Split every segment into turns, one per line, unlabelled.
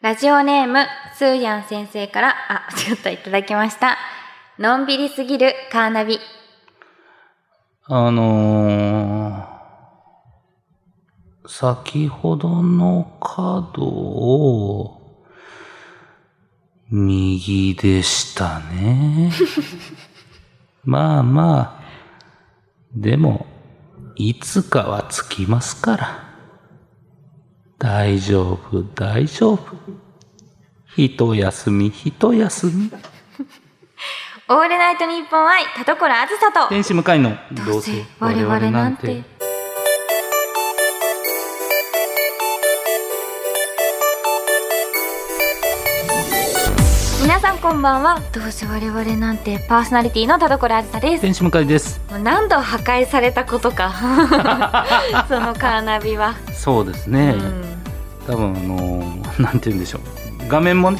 ラジオネーム、スーヤン先生から、あ、ちょっといただきました。のんびりすぎるカーナビ。
あのー、先ほどの角を、右でしたね。 まあまあ、でも、いつかはつきますから。大丈夫、大丈夫。一休み、一休み。
オールナイトニッポン愛、田所あずさと。
天使向かいの、
どうせ我々なんて。皆さんこんばんは。どうせ我々なんてパーソナリティの田所あずさです。
天使向かいです。
もう何度破壊されたことか。 そのカーナビは。
そうです
う
ね。
ん
多分あのーなんて言うんでしょう画面もね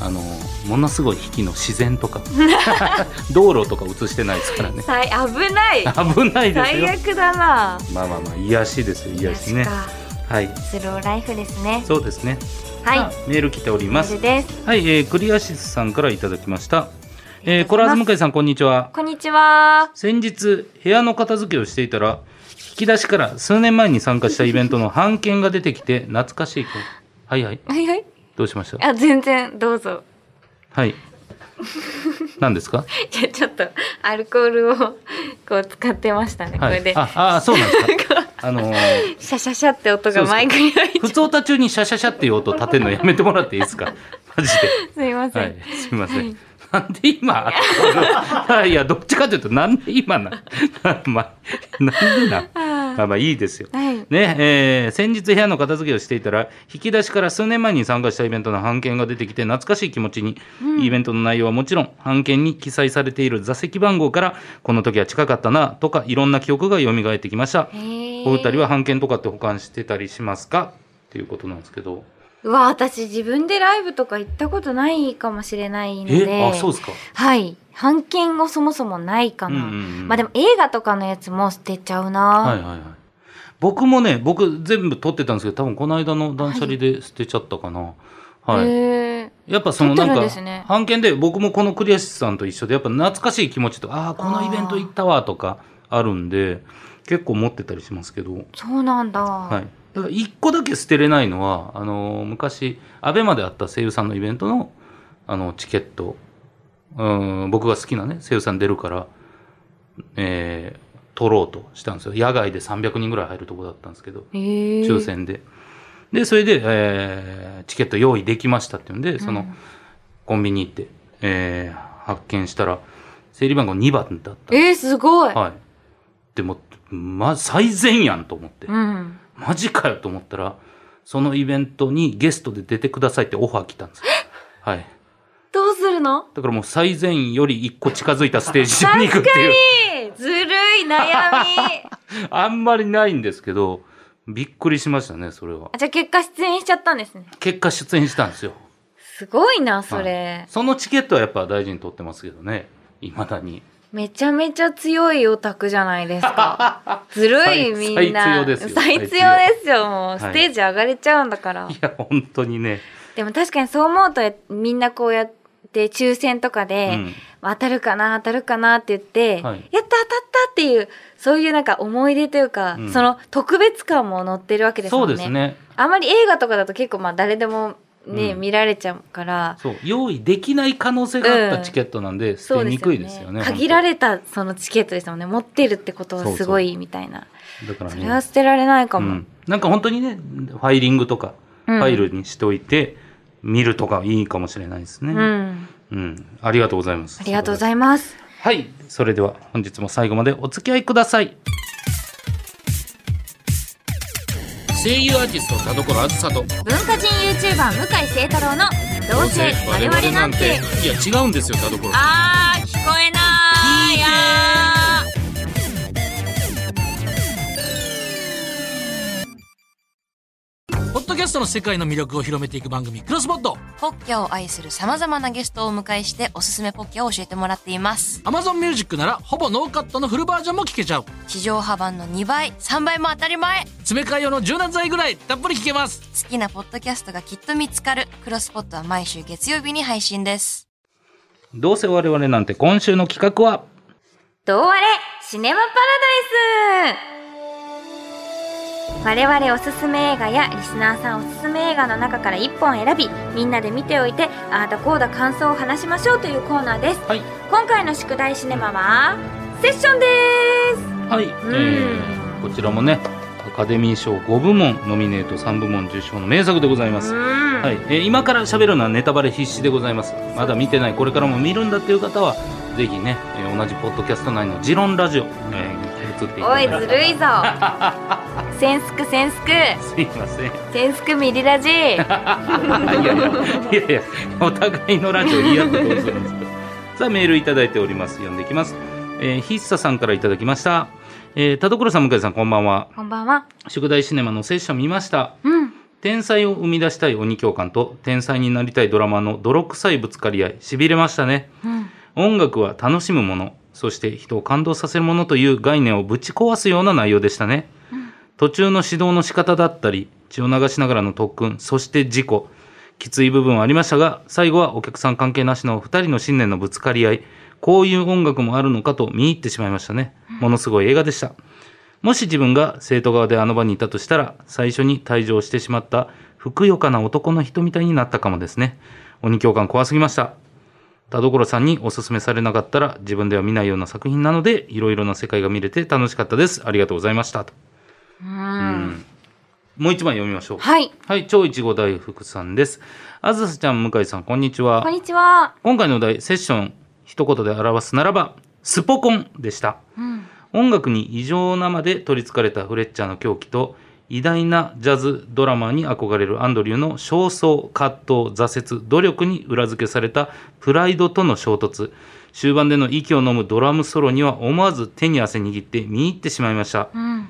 あのーものすごい引きの自然 とか道路とか映してないですからね
最危ない。
危ないですよ
最悪だな。
まあまあまあ癒しですよ癒しね
確か
はい
スローライフですね。
そうですね
はい
さあ。メール来ており
メ
ま
ー
す
ルです。
はい、えー、クリアシスさんからいただきましたえー、コ
あり
ラ
がとうございま
ーズ
す
向井さんこんにちは
こんにちは。
先日部屋の片付けをしていたら引き出しから数年前に参加したイベントの版権が出てきて懐かしいことはいはい
はいはい。
どうしました
あ、全然、どうぞ。
はい。何ですか。
いやちょっと、アルコールを、こう、使ってましたね。こ
は
れ
い
で。。
あ、あ、そうなんですか。あのー、
シャシャシャって音がマイクに入っ ちゃ
普通歌中にシャシャシャっていう音立てるのやめてもらっていいですか。マジ
う。すいませ
で。
ん。
はい。すみません。なんで今。 はい、いや、どっちかというと、なんで今な。 まあ、なんでな。
は
まあ、まあ、いいですよ。
い。はい。
ねえー先日部屋の片付けをしていたら引き出しから数年前に参加したイベントの版権が出てきて懐かしい気持ちに、イベントの内容はもちろん版権に記載されている座席番号からこの時は近かったなとかいろんな記憶が蘇ってきました、お二人
は
は版権とかって保管してたりしますかっていうことなんですけど
うわ、私自分でライブとか行ったことないかもしれないので。
あそうですか
はい。版権がそもそもないかな。
うんうんうん
まあでも映画とかのやつも捨てちゃうな。
はいはいはい僕もね僕全部取ってたんですけど多分この間の断捨離で捨てちゃったかな、はい
へー
やっぱその
撮
な
ってるん
ん
ですね
か版権で僕もこのクリアシスさんと一緒でやっぱ懐かしい気持ちとああこのイベント行ったわとかあるんで結構持ってたりしますけど、
そうなんだ。
はい、だから1個だけ捨てれないのはあのー昔アベマであった声優さんのイベントのあのチケットうん僕が好きなね声優さん出るから、えー取ろうとしたんですよ野外で300人ぐらい入るとこだったんですけど
へー
抽選で。で、それで、えーチケット用意できましたっていうんで、その、コンビニ行って、えー発見したら、整理番号2番だった。
えー、すごい。
はい。でも、ま、最善やんと思って
う、ん。
マジかよと思ったら、そのイベントにゲストで出てくださいってオファー来たんですよ。はい。
どうするの
だからもう最善より1個近づいたステージに行くっていう。
えーずるい悩 み。
あんまりないんですけど、びっくりしましたね、それは
あ。じゃあ結果出演しちゃったんですね。
結果出演したんですよ。
すごいな、それ。
そのチケットはやっぱ大事に取ってますけどね。いまだに。
めちゃめちゃ強いオタクじゃないです か。ずるい
最
みんな。
最強ですよ
最強ですよ、もう。
い
ステージ上がれちゃうんだから。
いや、本当にね。
でも確かにそう思うと、みんなこうやって抽選とかで、
うん
当たるかな、当たるかなって言って、
はい
やった、当たったっていう、そういうなんか思い出というか、
うん
その特別感も乗ってるわけです
そ
も
うん
ね。
ですね。
あまり映画とかだと結構まあ誰でもね、
うん
見られちゃうから、
そう。用意できない可能性があったチケットなんで、捨
そう
て
で
に
すよ
くい
ね
ですよね。
限ら
れ
れたそのチケットですもんね持ってるってことはすごいみたいな
だから
そ
ね。
れは捨てられないか
う
も、
ん。なんか本当にね、ファイリングとか、
うん
ファイルにしておいて、見るとかいいかもしれないですね。
うん
うんありがとうございます。
ありがとうござ
い
います
ます。はい。それでは本日も最後までお付き合いください。声優アーティスト田所あずさと
文化人 YouTuber 向井聖太郎の「どうせ我々なんて
いや違うんですよ田所」
あー聞こえなーいあー
ポッドキャ
ストの世界の魅力を広めていく番組、クロスポット。
ポッキャを愛する様々なゲストをお迎えしておすすめポッキャを教えてもらっています。
Amazon Music ならほぼノーカットのフルバージョンも聞けちゃう。
地上波版の2倍、3倍も当たり前
詰め替え用の柔軟剤ぐらいたっぷり聞けます。
好きなポッドキャストがきっと見つかる。クロスポットは毎週月曜日に配信です。
どうせ我々なんて今週の企画は
どうあれシネマパラダイス我々おすすめ映画やリスナーさんおすすめ映画の中から1本選びみんなで見ておいてあーだこうだ感想を話しましょうというコーナーです
はい
今回の宿題シネマはセッションで
はい、えーこちらもねアカデミー賞5部門ノミネート3部門受賞の名作でございますす、
うーん
はいえー今から喋るのはネタバレ必至でございますまだ見てないこれからも見るんだっていう方はぜひね、えー同じポッドキャスト内の「ジロンラジオ」えー、移っていた
お
だい
い
て
ずる いぞ潜伏潜伏
すいません
潜伏ミリラジ
いやいやいやいやお互いのラジオ言い合ってどうするんですかさあメールいただいております読んでいきますえー、ひっささんからいただきました、えー、田所さん向井さんこんばんは
こんばんは
宿題シネマのセッション見ました
うん
天才を生み出したい鬼教官と天才になりたいドラマの泥臭いぶつかり合いしびれましたね
うん
音楽は楽しむものそして人を感動させるものという概念をぶち壊すような内容でしたね、途中の指導の仕方だったり血を流しながらの特訓そして事故きつい部分はありましたが最後はお客さん関係なしの2人の信念のぶつかり合いこういう音楽もあるのかと見入ってしまいましたねものすごい映画でした、もし自分が生徒側であの場にいたとしたら、最初に退場してしまった、ふくよかな男の人みたいになったかもですね。鬼教官怖すぎました。田所さんにおすすめされなかったら、自分では見ないような作品なので、いろいろな世界が見れて楽しかったです。ありがとうございました。とうんもう一枚読みましょう。
はい
はい、超いちご大福さんです。あずさちゃん、向井さん、こんにちは
こん。にちは
今回のお題、セッション、一言で表すならば、スポコンでした。
うん
音楽に異常なまで取り憑かれたフレッチャーの狂気と偉大なジャズドラマーに憧れるアンドリューの焦燥葛藤挫折努力に裏付けされたプライドとの衝突終盤での息を飲むドラムソロには思わず手に汗握って見入ってしまいました
うん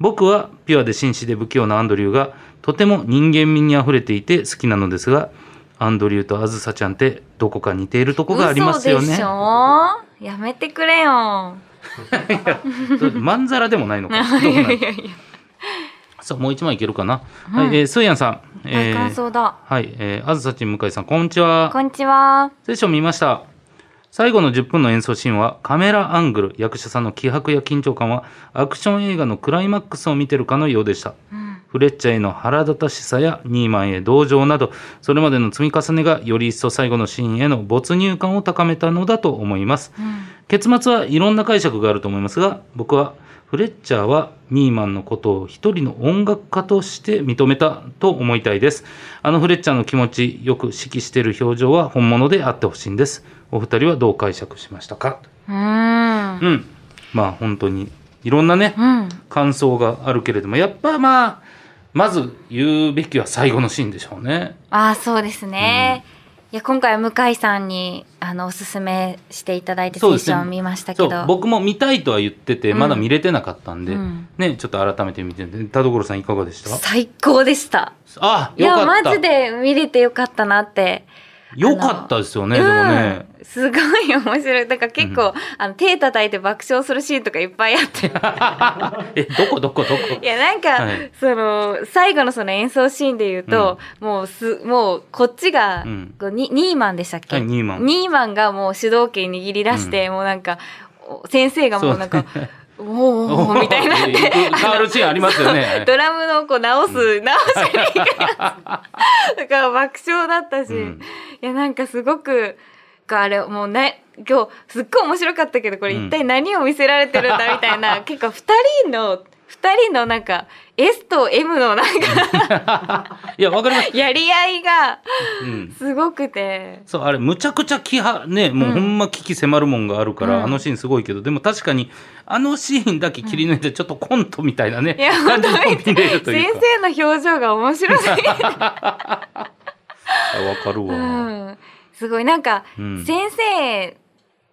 僕はピュアで紳士で不器用なアンドリューがとても人間味にあふれていて好きなのですがアンドリューとあずさちゃんってどこか似ているとこがありますよ
嘘で
ね
しょやめてくれよ
それまんざらでもな いのかどうなん
いやいや
さあもう一枚いけるかな、はいえー、スーヤンさん、
大
え
感
ー
想だ、
はいえー、あずさちん向井さんこんにちは
こんにちは
セッション見ました最後の10分の演奏シーンはカメラアングル役者さんの気迫や緊張感はアクション映画のクライマックスを見てるかのようでした、フレッチャーへの腹立たしさやニーマンへ同情などそれまでの積み重ねがより一層最後のシーンへの没入感を高めたのだと思います、結末はいろんな解釈があると思いますが僕はフレッチャーはニーマンのことを一人の音楽家として認めたと思いたいですあのフレッチャーの気持ちよく指揮している表情は本物であってほしいんですお二人はどう解釈しましたか
うーん
うんまあ本当にいろんなね
うん
感想があるけれどもやっぱまあまず言うべきは最後のシーンでしょうね
ああそうですね、いや今回は向井さんにあのおすすめしていただいてセ
そう
ッ
です
シ
ね
ョンを見ましたけ
そ
ど
う僕も見たいとは言ってて
うん
まだ見れてなかったんで、
うん
ねちょっと改めて見てみて田所さんいかがでした
最高でした
あ
い
よか
や
った
マジで見れてよかったなって
よかったですよねでもね、
うん、すごい面白いだから結構、あの手叩いて爆笑するシーンとかいっぱいあって
えどこどこどこ
いやなんか、
はい
その最後のその演奏シーンで言うと、もうすもうこっちが、
うん
こうにニーマンでしたっけ、
はいニーマン
ニーマンがもう主導権握り出して、もうなんかお先生がもうなん か
そう
「おーおーみたいになって。
変わるシーンありますよね
ドラムのこう直す、直しに行くやつだから爆笑だったし、
うん
いやなんかすごくあれもうね今日すっごい面白かったけどこれ
うん
一体何を見せられてるんだみたい な、結構2人の2人のなんか S と M のなんか
いやわかります、
やり合いが
うん、
すごくて。
そうあれむちゃくちゃ気はねもうほんま危機迫るもんがあるから、
うん
あのシーンすごいけどでも確かにあのシーンだけ切り抜いてちょっとコントみたいなね、
いや本
感じも
当
見
に
れるとい
先
うか
生の表情が面白すぎて、
あわかる
う
わ、
ん、すごいなんか
うん
先生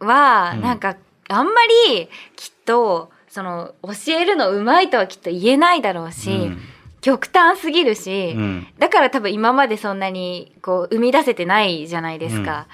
は
うん
なんかあんまりきっとその教えるのうまいとはきっと言えないだろうし、
うん
極端すぎるし、
うん
だから多分今までそんなにこう生み出せてないじゃないですか。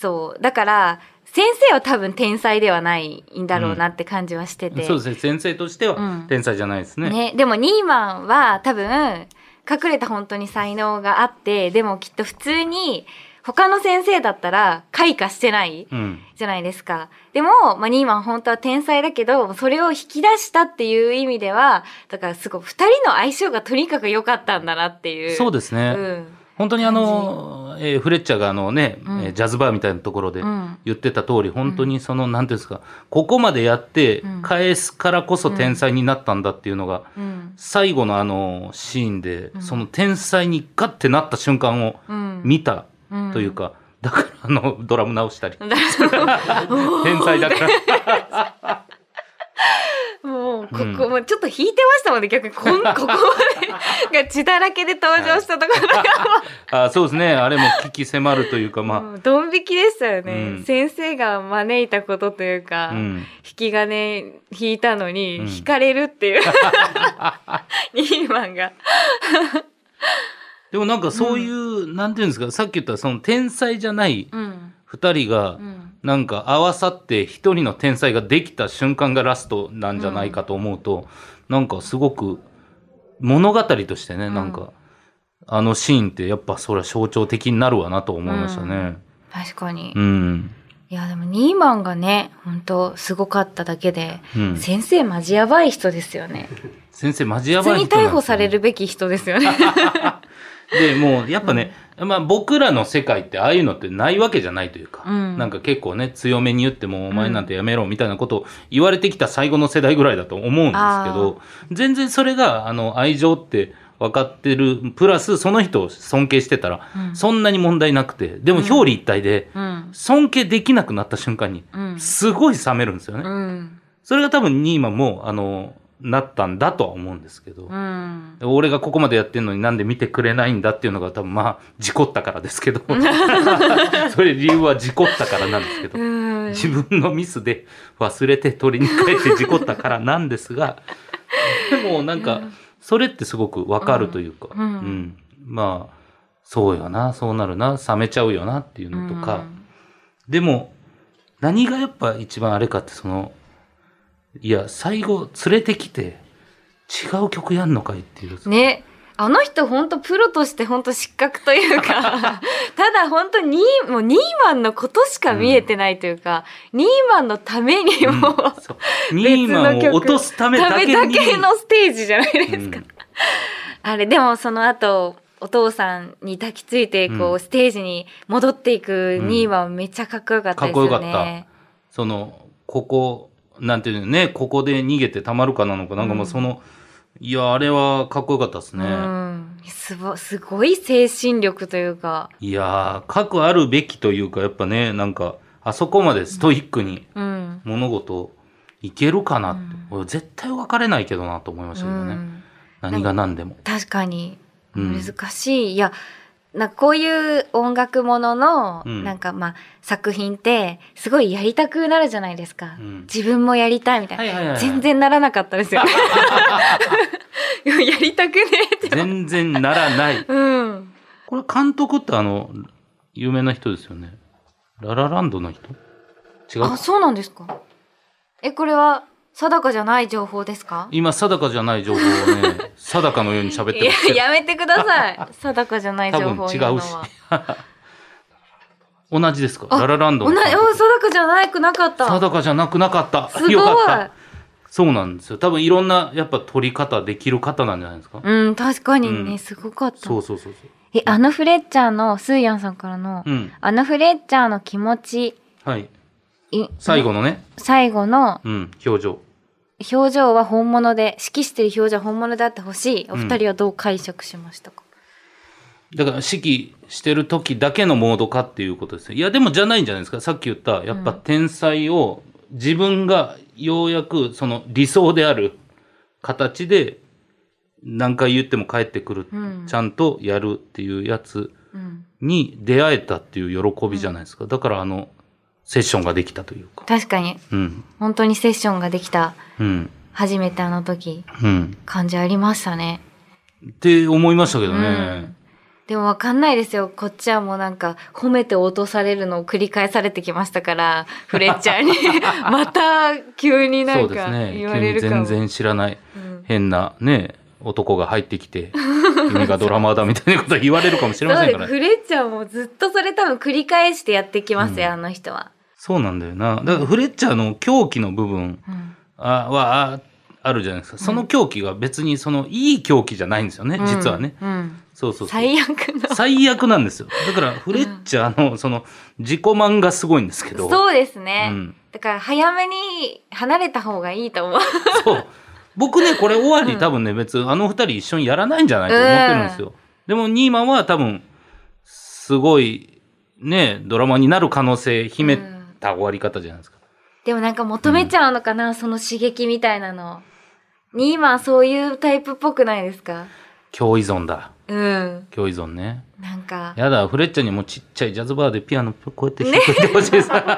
そう。だから、先生は多分天才ではないんだろうなって感じはしてて。
そうですね先生として
う
は
ん
天才じゃないですね,、
ね、でもニーマンは多分隠れた本当に才能があってでもきっと普通に他の先生だったら開花してない
うん
じゃないですか。でも、まあ、ニーマン本当は天才だけどそれを引き出したっていう意味ではだからすごい2人の相性がとにかく良かったんだなっていう。
そうですね、
うん
本当にあの、えーフレッチャーがあのね、
うん
えージャズバーみたいなところで
うん
言ってた通り、本当にその、なんていうんですか、ここまでやって
うん
返すからこそ天才になったんだっていうのが、
うん
最後のあのシーンで、
ん
その天才にガッてなった瞬間を
うん
見た
うん
というか、だからあの、ドラム 直したり、
だから
天才だから。
もうこ
うん
こもちょっと引いてましたもんね逆に こんここまでが血だらけで登場したところが
あそうですね、あれも聞き迫るというか、ま
うんドン引きでしたよね、
うん
先生が招いたことというか、
あ、うん。
引き金引いたのに
うん
引かれるっていう、 ニーマンが
でもなんかそういう、なんていうんですか、さっき言ったその天才じゃない
うん
二人が、
うん
なんか合わさって一人の天才ができた瞬間がラストなんじゃないかと思うと、なんかすごく物語としてね、
ん
なんかあのシーンってやっぱそれは象徴的になるわなと思いましたね。
確かに、
うん。うん。
いやでもニーマンがね本当すごかっただけで、先生マジやばい人ですよね
先生マジや
普通
ばい
に
人なんですよね
逮捕されるべき人です よね
でもうやっぱね、まあ、僕らの世界ってああいうのってないわけじゃないというか、
うん
なんか結構ね強めに言ってもお前なんてやめろみたいなことを言われてきた最後の世代ぐらいだと思うんですけど全然それがあの愛情って分かってるプラスその人を尊敬してたら、
うん
そんなに問題なくてでも表裏一体で
うん
尊敬できなくなった瞬間に
うん
すごい冷めるんですよね。
うん
それが多分ニーマンもあのなったんだとは思うんですけど。
うん
俺がここまでやってんのになんで見てくれないんだっていうのが多分まあ事故ったからで すけどそれ理由は事故ったからなんですけど
うん
自分のミスで忘れて取りに帰って事故ったからなんですがでもなんかそれってすごくわかるというか、
うんうん
まあそうよなそうなるな冷めちゃうよなっていうのとか、
うん
でも何がやっぱ一番あれかってそのいや最後連れてきて違う曲やんのかいっていう。
ねあの人本当プロとして本当失格という かただ本当にもうニーマンのことしか見えてないというか、ニーマンのためにもう、
そうニーマンを落とすため
た
だけ
め
に
だけのステージじゃないですか、
うん
あれでもその後お父さんに抱きついてこう、
うん
ステージに戻っていくニーマンはめっちゃかっこよかったですよね。
かっこよかっそのここなんていうのねここで逃げてたまるかなのかなんかもうその、いやあれはかっこよかったですね、
うん、すごすごい精神力というか、
いやーかくあるべきというかやっぱねなんかあそこまでストイックに
うん
物事いけるかなって、俺絶対別れないけどなと思いましたけどね、
うん
何が何でも
確かに
うん
難しい、いやなんかこういう音楽ものの、
うん
なんかまあ作品ってすごいやりたくなるじゃないですか、
うん
自分もやりたいみたいな、
はいはいはいはい
全然ならなかった ですよねいややりたくねえって
全然ならない
うん
これ監督ってあの有名な人ですよねララランドの人違うか
あそうなんですかえこれは定かじゃない情報ですか
今定かじゃない情報 をね定かのように喋って
い
ま
や
すけど
やめてください定かじゃない
多
情報
分違
言の
うし
は
同じですか
あ
ララランド
お
の
な
監
お
督
定かじゃなくなかった
定かじゃなくなかった
すごい
よかったそうなんですよ多分いろんなやっぱ撮り方できる方なんじゃないですか、
うん、確かにね、
うん
すごかった
そ。うそうそうそ
え、あのフレッチャーの、スーヤンさんからの、
ううん
あのフレッチャーの気持ち、
はい
い
最後のね、
最後の
うん、表情
表情は本物で、指揮してる表情は本物であってほしい。お二人はどう解釈しましたか、
だから指揮してる時だけのモードかっていうことですねいやでもじゃないんじゃないですかさっき言ったやっぱ天才を自分がようやくその理想である形で何回言っても帰ってくる、
うん
ちゃんとやるっていうやつ
うん、
に出会えたっていう喜びじゃないですか、だからあのセッションができたというか
確かに、
うん
本当にセッションができた、
うん
初めてあの時、
うん
感じありましたね。
って思いましたけどね。
うんでもわかんないですよ。こっちはもうなんか、褒めて落とされるのを繰り返されてきました から、フレッチャーに。また、急にな
そ
ん
うです
か
ね。
言わ
急
れ
に
るかも。
全然知らない
うん
変なね、男が入ってきて、君がドラマーだみたいなこと言われるかもしれません
そう
か
で
ら
す
ね。
フレッチャーもずっとそれ多分繰り返してやってきますよ、
うん
あの人は。
そうなんだよな。だからフレッチャーの狂気の部分
うん
あはああるじゃないですか。その狂気が別にそのいい狂気じゃないんですよね、実はね。
うん
そうそうそう。
最悪の。
最悪なんですよ。だからフレッチャーのその自己満がすごいんですけど。
そうです
う
ね
ん。
だから早めに離れた方がいいと思う。
そう。僕ね、これ終わり多分ね、別にあの二人一緒にやらないんじゃないと思ってるんですよ。でも、ニーマンは多分、すごい、ね、ドラマになる可能性、秘めた終わり方じゃないですか。
でもなんか求めちゃうのかな、その刺激みたいなの。に今そういうタイプっぽくないですか
強依存だ。
うん。
強依存ね。
なんか、
やだ、フレッチャーにもちっちゃいジャズバーでピアノこうやって弾いといてほしいです。は
本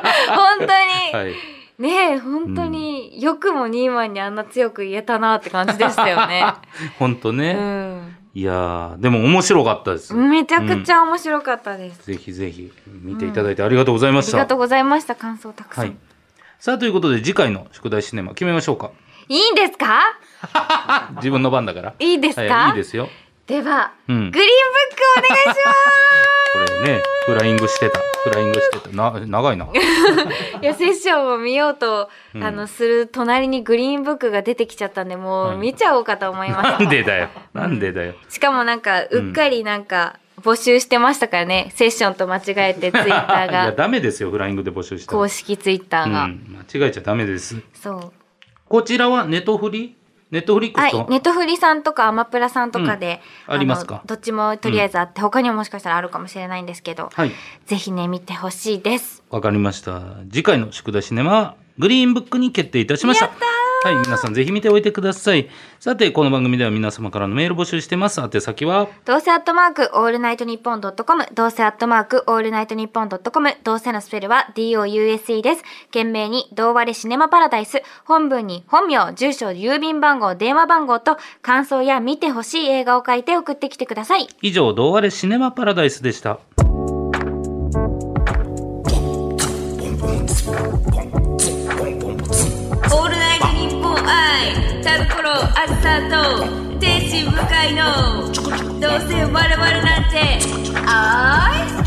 当 に、
い。
ねえ、本当に、よくもニーマンにあんな強く言えたなって感じでしたよ ね。
ほんと
う
ね。
ん。
いやー、でも面白かったです。
めちゃくちゃ面白かったです。
ぜひぜひ見ていただいてありがとうございま
あ
し
り
た。
がとうございました。感想たくさ
は
ん。
い
い、。
さあ、ということで次回の宿題シネマ決めましょうか。
いんですか
自分の番だから。
いいですか、
はい、いいですよ。
では、
うん。
グ
こ
リーンブックお願いし
れね、フライングしてた。フライングしてた。な、長い な。
ますいや、セッションを見ようと、
うん
あの、する隣にグリーンブックが出てきちゃったんで、もう見ちゃおうかと思いました。
なんでだよ。なんでだよ。
しかもなんか、うっかりなんか、募集してましたからね、セッションと間違えて、ツイッター
い や、
が、
ダメですよ。フライングで募集したら。
公式ツイッタ
う
ー
ん。
が。
間違えちゃダメです。
そう。
こちらはネトフリネットフリック
は
スと、
い、ネットフリさんとかアマプラさんとかで、
うんありますか
のどっちもとりあえずあって、他にももしかしたらあるかもしれないんですけど、
はい。
ぜひね見てほしいです。
わかりました。次回の宿題シネマは、グリーンブックに決定いたしました。
やっ
はい、皆さんぜひ見ておいてください。さて、この番組では皆様からのメール募集してます。宛先は、
どうせアットマークオールナイトニッポンドットコム、どうせアットマークオールナイトニッポンドットコム、どうせのスペルは DOUSE です。懸命に、どうわれシネマパラダイス、本文に本名、住所、郵便番号、電話番号と、感想や見てほしい映画を書いて送ってきてください。
以上、どうあれシネマパラダイスでした。
オールナイトニッポン愛タルコロアスタート天使向かいのどうせ我々なんてあ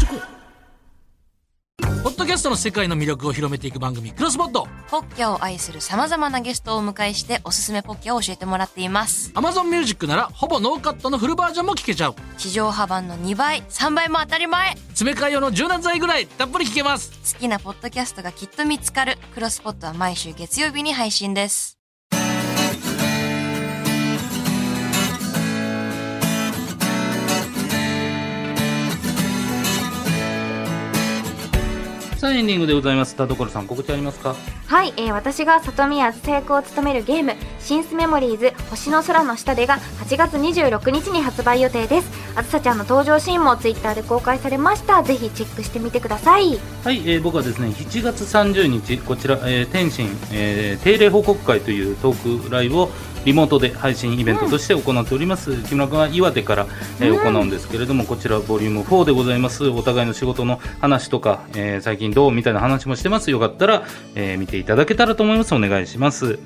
ポッドキャストの世界の魅力を広めていく番組、クロスボット。
ポッキャを愛する様々なゲストをお迎えしておすすめポッキャを教えてもらっています。
Amazon Music ならほぼノーカットのフルバージョンも聞けちゃう。
地上波版の2倍、3倍も当たり前
詰め替え用の柔軟剤ぐらいたっぷり聞けます。
好きなポッドキャストがきっと見つかる。クロスポットは毎週月曜日に配信です。
さあ、エンディングでございます。田所さん、告知ありますか
はい、えー私が里見あずさ役を務めるゲーム「シンスメモリーズ星の空の下で」が8月26日に発売予定ですあずさちゃんの登場シーンもツイッターで公開されましたぜひチェックしてみてください
はい、えー僕はですね、7月30日、こちら、えー天津、えー定例報告会というトークライブをリモートで配信イベントとして行っております。木村君は岩手から、えー行うんですけれども、こちらボリューム4でございます。お互いの仕事の話とか、えー最近どうみたいな話もしてます。よかったら、えー見ていただけたらと思います。お願いします。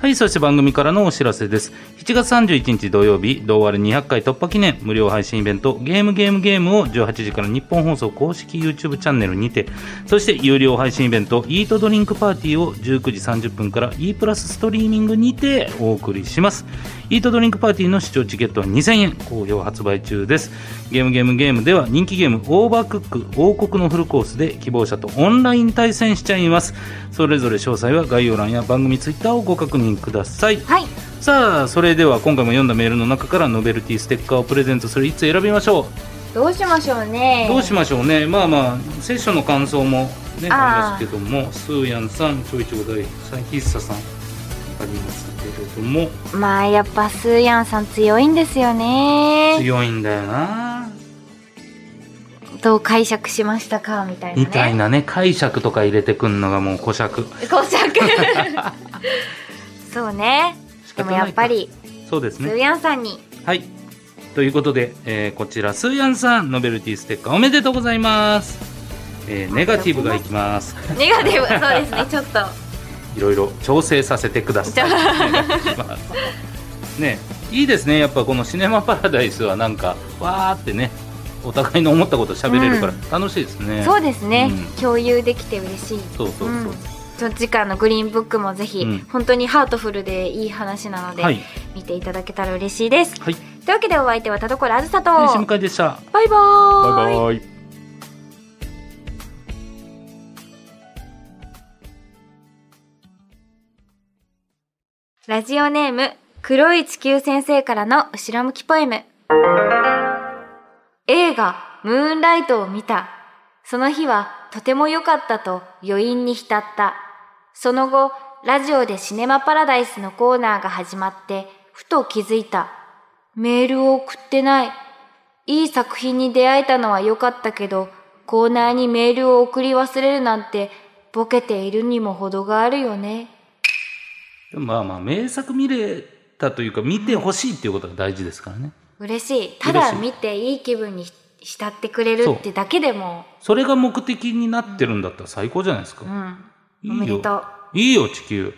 はい、そして番組からのお知らせです。7月31日土曜日、同割200回突破記念無料配信イベント、ゲームゲームゲームを18時から日本放送公式 YouTube チャンネルにて、そして有料配信イベント、イートドリンクパーティーを19時30分から E プラスストリーミングにてお送りします。イートドリンクパーティーの視聴チケットは2000円、好評発売中です。ゲームゲームゲームでは人気ゲームオーバークック王国のフルコースで希望者とオンライン対戦しちゃいます。それぞれ詳細は概要欄や番組ツイッターをご確認ください。
はい
さあ、それでは今回も読んだメールの中からノベルティステッカーをプレゼントするいつ選びましょう。
どうしましょうね
どうしましょうね。まあまあ、セッションの感想もね、
あー
ありますけども、スーヤンさん、ちょいちょうだい、さん、喫茶さん、ありますけれども、
まあやっぱスーヤンさん強いんですよね
強いんだよな。
どう解釈しましたかみたいなね
みたいなね、解釈とか入れてくんのがもう古尺。
公爵そうね
仕
で
方
も
ないか
やっぱり
そうです
スー
ね。
ヤンさんに
はい。ということで、えーこちら、スーヤンさん、ノベルティステッカーおめでとうございます。えーネガティブがいきます。
ネガ ティブそうですねちょっと
いろいろ調整させてくださ い。ね、いいですね。やっぱこのシネマパラダイスはなんかわーってね、お互いの思ったこと喋れるから
う
楽しいですね。
そうですね、
うん
共有できて嬉しい
そうそうそ
う
う。
ん、次回のグリーンブックもぜひ、
うん
本当にハートフルでいい話なので、
はい
見ていただけたら嬉しいです
はい。
というわけでお相手は田所あずさと
天使迎えでした。
バイバーイ
バイバイ。
ラジオネーム黒い地球先生からの後ろ向きポエム映画「ムーンライト」を見たその日はとても良かったと余韻に浸ったその後ラジオでシネマパラダイスのコーナーが始まってふと気づいたメールを送ってないいい作品に出会えたのは良かったけどコーナーにメールを送り忘れるなんてボケているにも程があるよね
でもまあまあ名作見れたというか見てほしいっていうことが大事ですからね。
嬉しいただ見ていい気分にひ浸ってくれるってだけでも
それが目的になってるんだったら最高じゃないですか。
う、ん、お
いい
め
よ
でとう
いいよ地球。